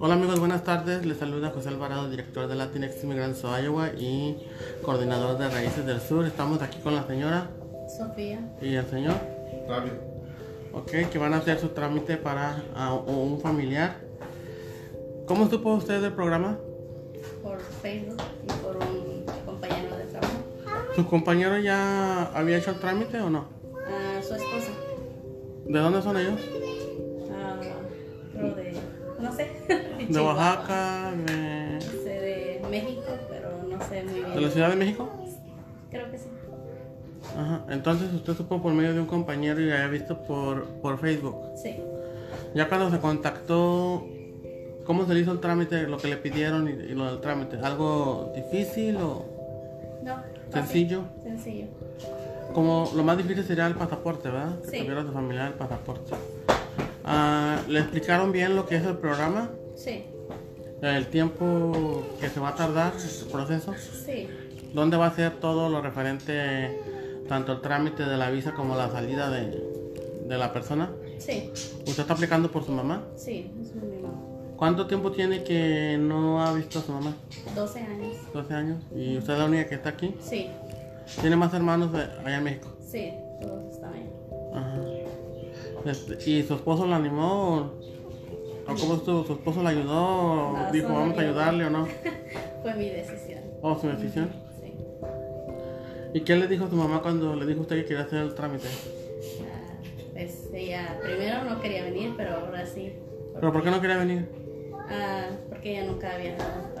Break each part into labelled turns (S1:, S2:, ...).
S1: Hola amigos, buenas tardes. Les saluda José Alvarado, director de Latinex Inmigrants of Iowa y coordinador de Raíces del Sur. Estamos aquí con la señora
S2: Sofía.
S1: y el señor,
S3: Octavio.
S1: ok, que van a hacer su trámite para ah, un familiar. ¿Cómo supo usted del programa?
S2: por Facebook y por un compañero de trabajo.
S1: ¿Su compañero ya había hecho el trámite o no?
S2: Ah, su esposa,
S1: ¿De dónde son ellos?
S2: ah, creo de, no sé.
S1: ¿De Oaxaca? ¿De,
S2: No sé, de México, pero no sé
S1: de
S2: muy
S1: la
S2: bien.
S1: Ciudad de México?
S2: Creo que sí.
S1: Ajá. Entonces usted supo por medio de un compañero y había visto por, por Facebook.
S2: Sí.
S1: Ya cuando se contactó, ¿cómo se le hizo el trámite, lo que le pidieron y, y lo del trámite? ¿Algo difícil o
S2: No.
S1: Sencillo.
S2: fácil, Sencillo.
S1: como lo más difícil sería el pasaporte, ¿verdad? Que
S2: Sí.
S1: tuviera su familiar el pasaporte. Ah, ¿Le explicaron bien lo que es el programa?
S2: Sí.
S1: ¿El tiempo que se va a tardar, el proceso?
S2: Sí.
S1: ¿Dónde va a ser todo lo referente, tanto el trámite de la visa como la salida de, de la persona?
S2: Sí.
S1: ¿Usted está aplicando por su mamá?
S2: Sí. Es mi mamá.
S1: ¿Cuánto tiempo tiene que no ha visto a su mamá?
S2: 12 años.
S1: 12 años y usted es la única que está aquí.
S2: Sí.
S1: Tiene más hermanos eh, allá en México.
S2: Sí. Todos están ahí.
S1: Ajá. Este, ¿Y su esposo la animó? ¿O, o cómo estuvo? ¿Su esposo la ayudó? ¿O
S2: No,
S1: dijo
S2: solo
S1: vamos a
S2: yo".
S1: ayudarle o no?
S2: Fue mi decisión.
S1: ¿O su decisión?
S2: Sí.
S1: ¿Y qué le dijo su mamá cuando le dijo a usted que quería hacer el trámite?
S2: Ah, pues ella primero no quería venir, pero ahora sí.
S1: ¿Pero por qué no quería venir?
S2: Ah, porque ella nunca había dado Ah,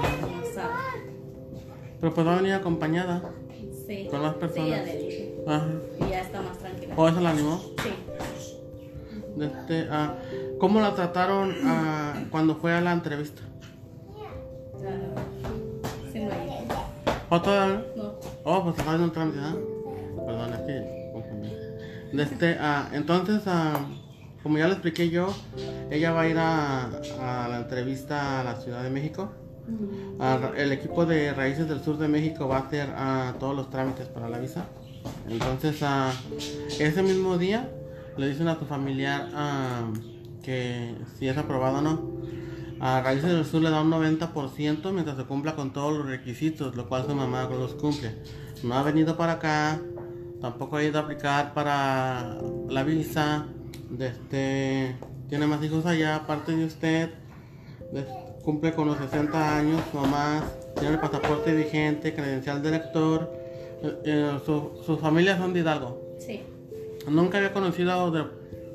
S2: para acá. No sabe.
S1: Pero pues va a venir acompañada.
S2: Sí.
S1: Con más
S2: Sí, ya
S1: personas. Oh.
S2: le dije.
S1: Ajá.
S2: Y ya está más tranquila.
S1: ¿O eso la animó?
S2: Sí.
S1: Este, ah, ¿Cómo la trataron ah, cuando fue a la entrevista?
S2: Ah, sí, no hay-
S1: ¿O todavía?
S2: No.
S1: Oh, pues está haciendo un trámite, ¿ah? Perdón, es que confundí. De Este, ah, entonces, ah, como ya le expliqué yo, ella va a ir a, a la entrevista a la Ciudad de México. Ah, ra- el equipo de Raíces del Sur de México va a hacer ah, todos los trámites para la visa. Entonces, ah, ese mismo día le dicen a tu familiar ah, que si es aprobado o no. A Raíces del Sur le da un 90% mientras se cumpla con todos los requisitos, lo cual su mamá los cumple. No ha venido para acá, tampoco ha ido a aplicar para la visa. de este, tiene más hijos allá, aparte de usted. de- cumple con los 60 años o más, tiene el pasaporte vigente, credencial de lector. eh, eh, su- sus familias son de Hidalgo.
S2: Sí.
S1: Nunca había conocido de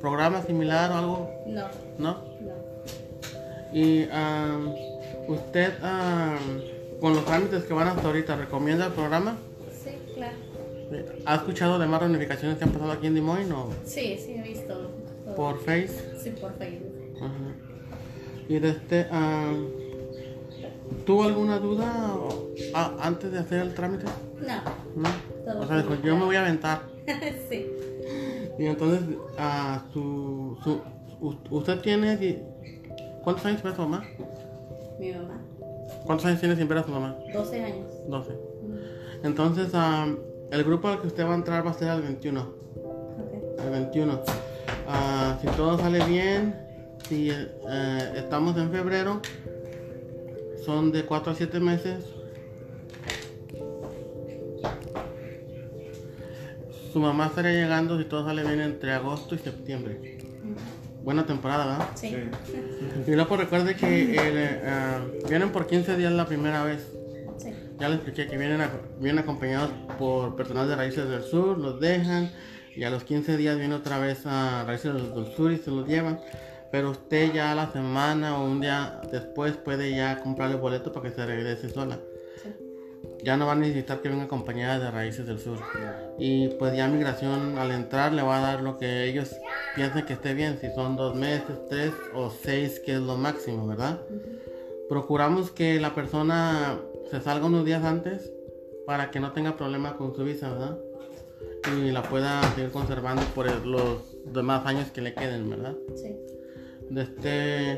S1: programa similar o algo,
S2: No.
S1: ¿no?
S2: No.
S1: Y am, usted, am, con los trámites que van hasta ahorita, ¿recomienda el programa?
S2: Sí, claro.
S1: Eh, ¿Ha escuchado de más reunificaciones que han pasado aquí en Des Moines o
S2: Sí, sí, he visto. todo.
S1: por Face?
S2: Sí, por Facebook.
S1: Ajá. Y desde, am, ¿tuvo alguna duda o- a- antes de hacer el trámite?
S2: No.
S1: No.
S2: Todo
S1: O sea, dijo,
S2: bien.
S1: yo me voy a aventar.
S2: sí.
S1: Y entonces, ah, su, su- u- usted tiene... die- ¿Cuántos años tiene su mamá?
S2: Mi mamá.
S1: ¿Cuántos años tiene sin ver a su mamá?
S2: 12 años.
S1: 12. Entonces, am, el grupo al que usted va a entrar va a ser al 21.
S2: Ok.
S1: El 21. Ah, si todo sale bien, si eh, estamos en febrero, son de 4 a 7 meses. Su mamá estaría llegando, si todo sale bien, entre agosto y septiembre. Buena temporada, ¿verdad?
S2: Sí.
S1: Y luego recuerde que el, eh, ah, vienen por 15 días la primera vez.
S2: Sí.
S1: Ya les expliqué que vienen, a- vienen acompañados por personal de Raíces del Sur, los dejan y a los 15 días viene otra vez a Raíces del del Sur y se los llevan. Pero usted ya a la semana o un día después puede ya comprarle boleto para que se regrese sola.
S2: Sí.
S1: Ya no va a necesitar que venga acompañada de Raíces del Sur. Y pues ya Migración al entrar le va a dar lo que ellos piensen que esté bien, si son dos meses, tres o seis, que es lo máximo, ¿verdad? Procuramos que la persona se salga unos días antes para que no tenga problemas con su visa, ¿verdad? Y la pueda seguir conservando por el- los demás años que le queden, ¿verdad?
S2: Sí.
S1: De este,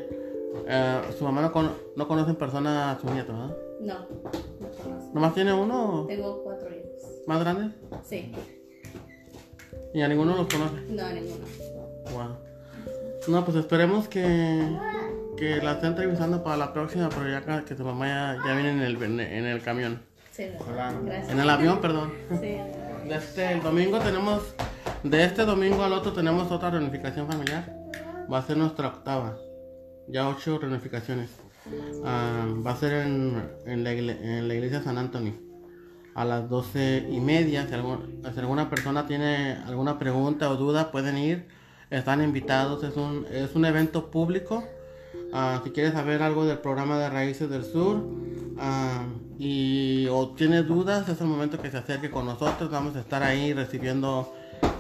S1: eh, su mamá no, cono- no conoce en persona a su nieto, ¿verdad?
S2: No. No conozco. Eh.
S1: ¿Nomás tiene uno
S2: Tengo cuatro hijos.
S1: más grande?
S2: Sí.
S1: Y a ninguno los conoce.
S2: No, ninguno.
S1: Wow. No, pues esperemos que, que la esté entrevistando para la próxima, pero ya que- que su mamá ya, ya viene en el, en el camión.
S2: Sí,
S3: Ojalá.
S2: gracias.
S1: En el avión, perdón.
S2: Sí.
S1: De este, el domingo tenemos, de este domingo al otro tenemos otra reunificación familiar. Va a ser nuestra octava. Ya ocho reunificaciones. Ah, va a ser en, en la, igle- en la iglesia San Antonio. A las doce y media, si, algún- si alguna persona tiene alguna pregunta o duda, pueden ir. Están invitados. Es un, es un evento público. Ah, si quieres saber algo del programa de Raíces del Sur ah, y o tienes dudas, es el momento que se acerque con nosotros. Vamos a estar ahí recibiendo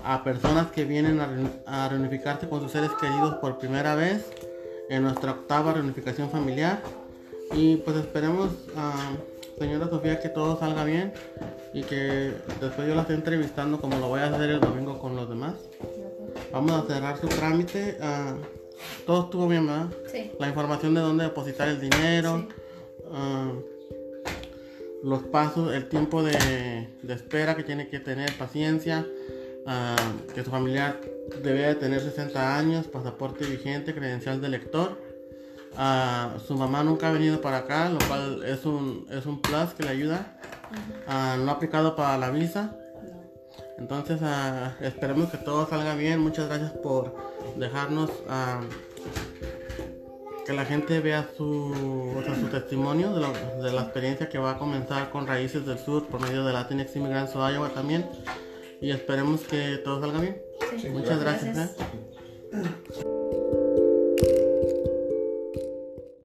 S1: a personas que vienen a, reuni- a reunificarse con sus seres queridos por primera vez en nuestra octava reunificación familiar. Y pues esperemos, ah, señora Sofía, que todo salga bien y que después yo la esté entrevistando como lo voy a hacer el domingo con los demás. Vamos a cerrar su trámite. ah, todo estuvo bien, ¿verdad?
S2: Sí.
S1: la información de dónde depositar el dinero, ah, los pasos, el tiempo de, de espera que tiene que tener paciencia, ah, que su familiar debe de tener 60 años, pasaporte vigente, credencial de lector. Ah, su mamá nunca ha venido para acá, lo cual es un, es un plus que le ayuda. Ah, no ha aplicado para la visa.
S2: No.
S1: Entonces, ah, esperemos que todo salga bien. Muchas gracias por dejarnos ah, que la gente vea su, o sea, su testimonio de, lo- de la experiencia que va a comenzar con Raíces del Sur por medio de Latinx Immigrants of Iowa también. Y esperemos que todo salga bien.
S2: Sí.
S1: Muchas gracias.
S2: Gracias.
S1: ¿eh?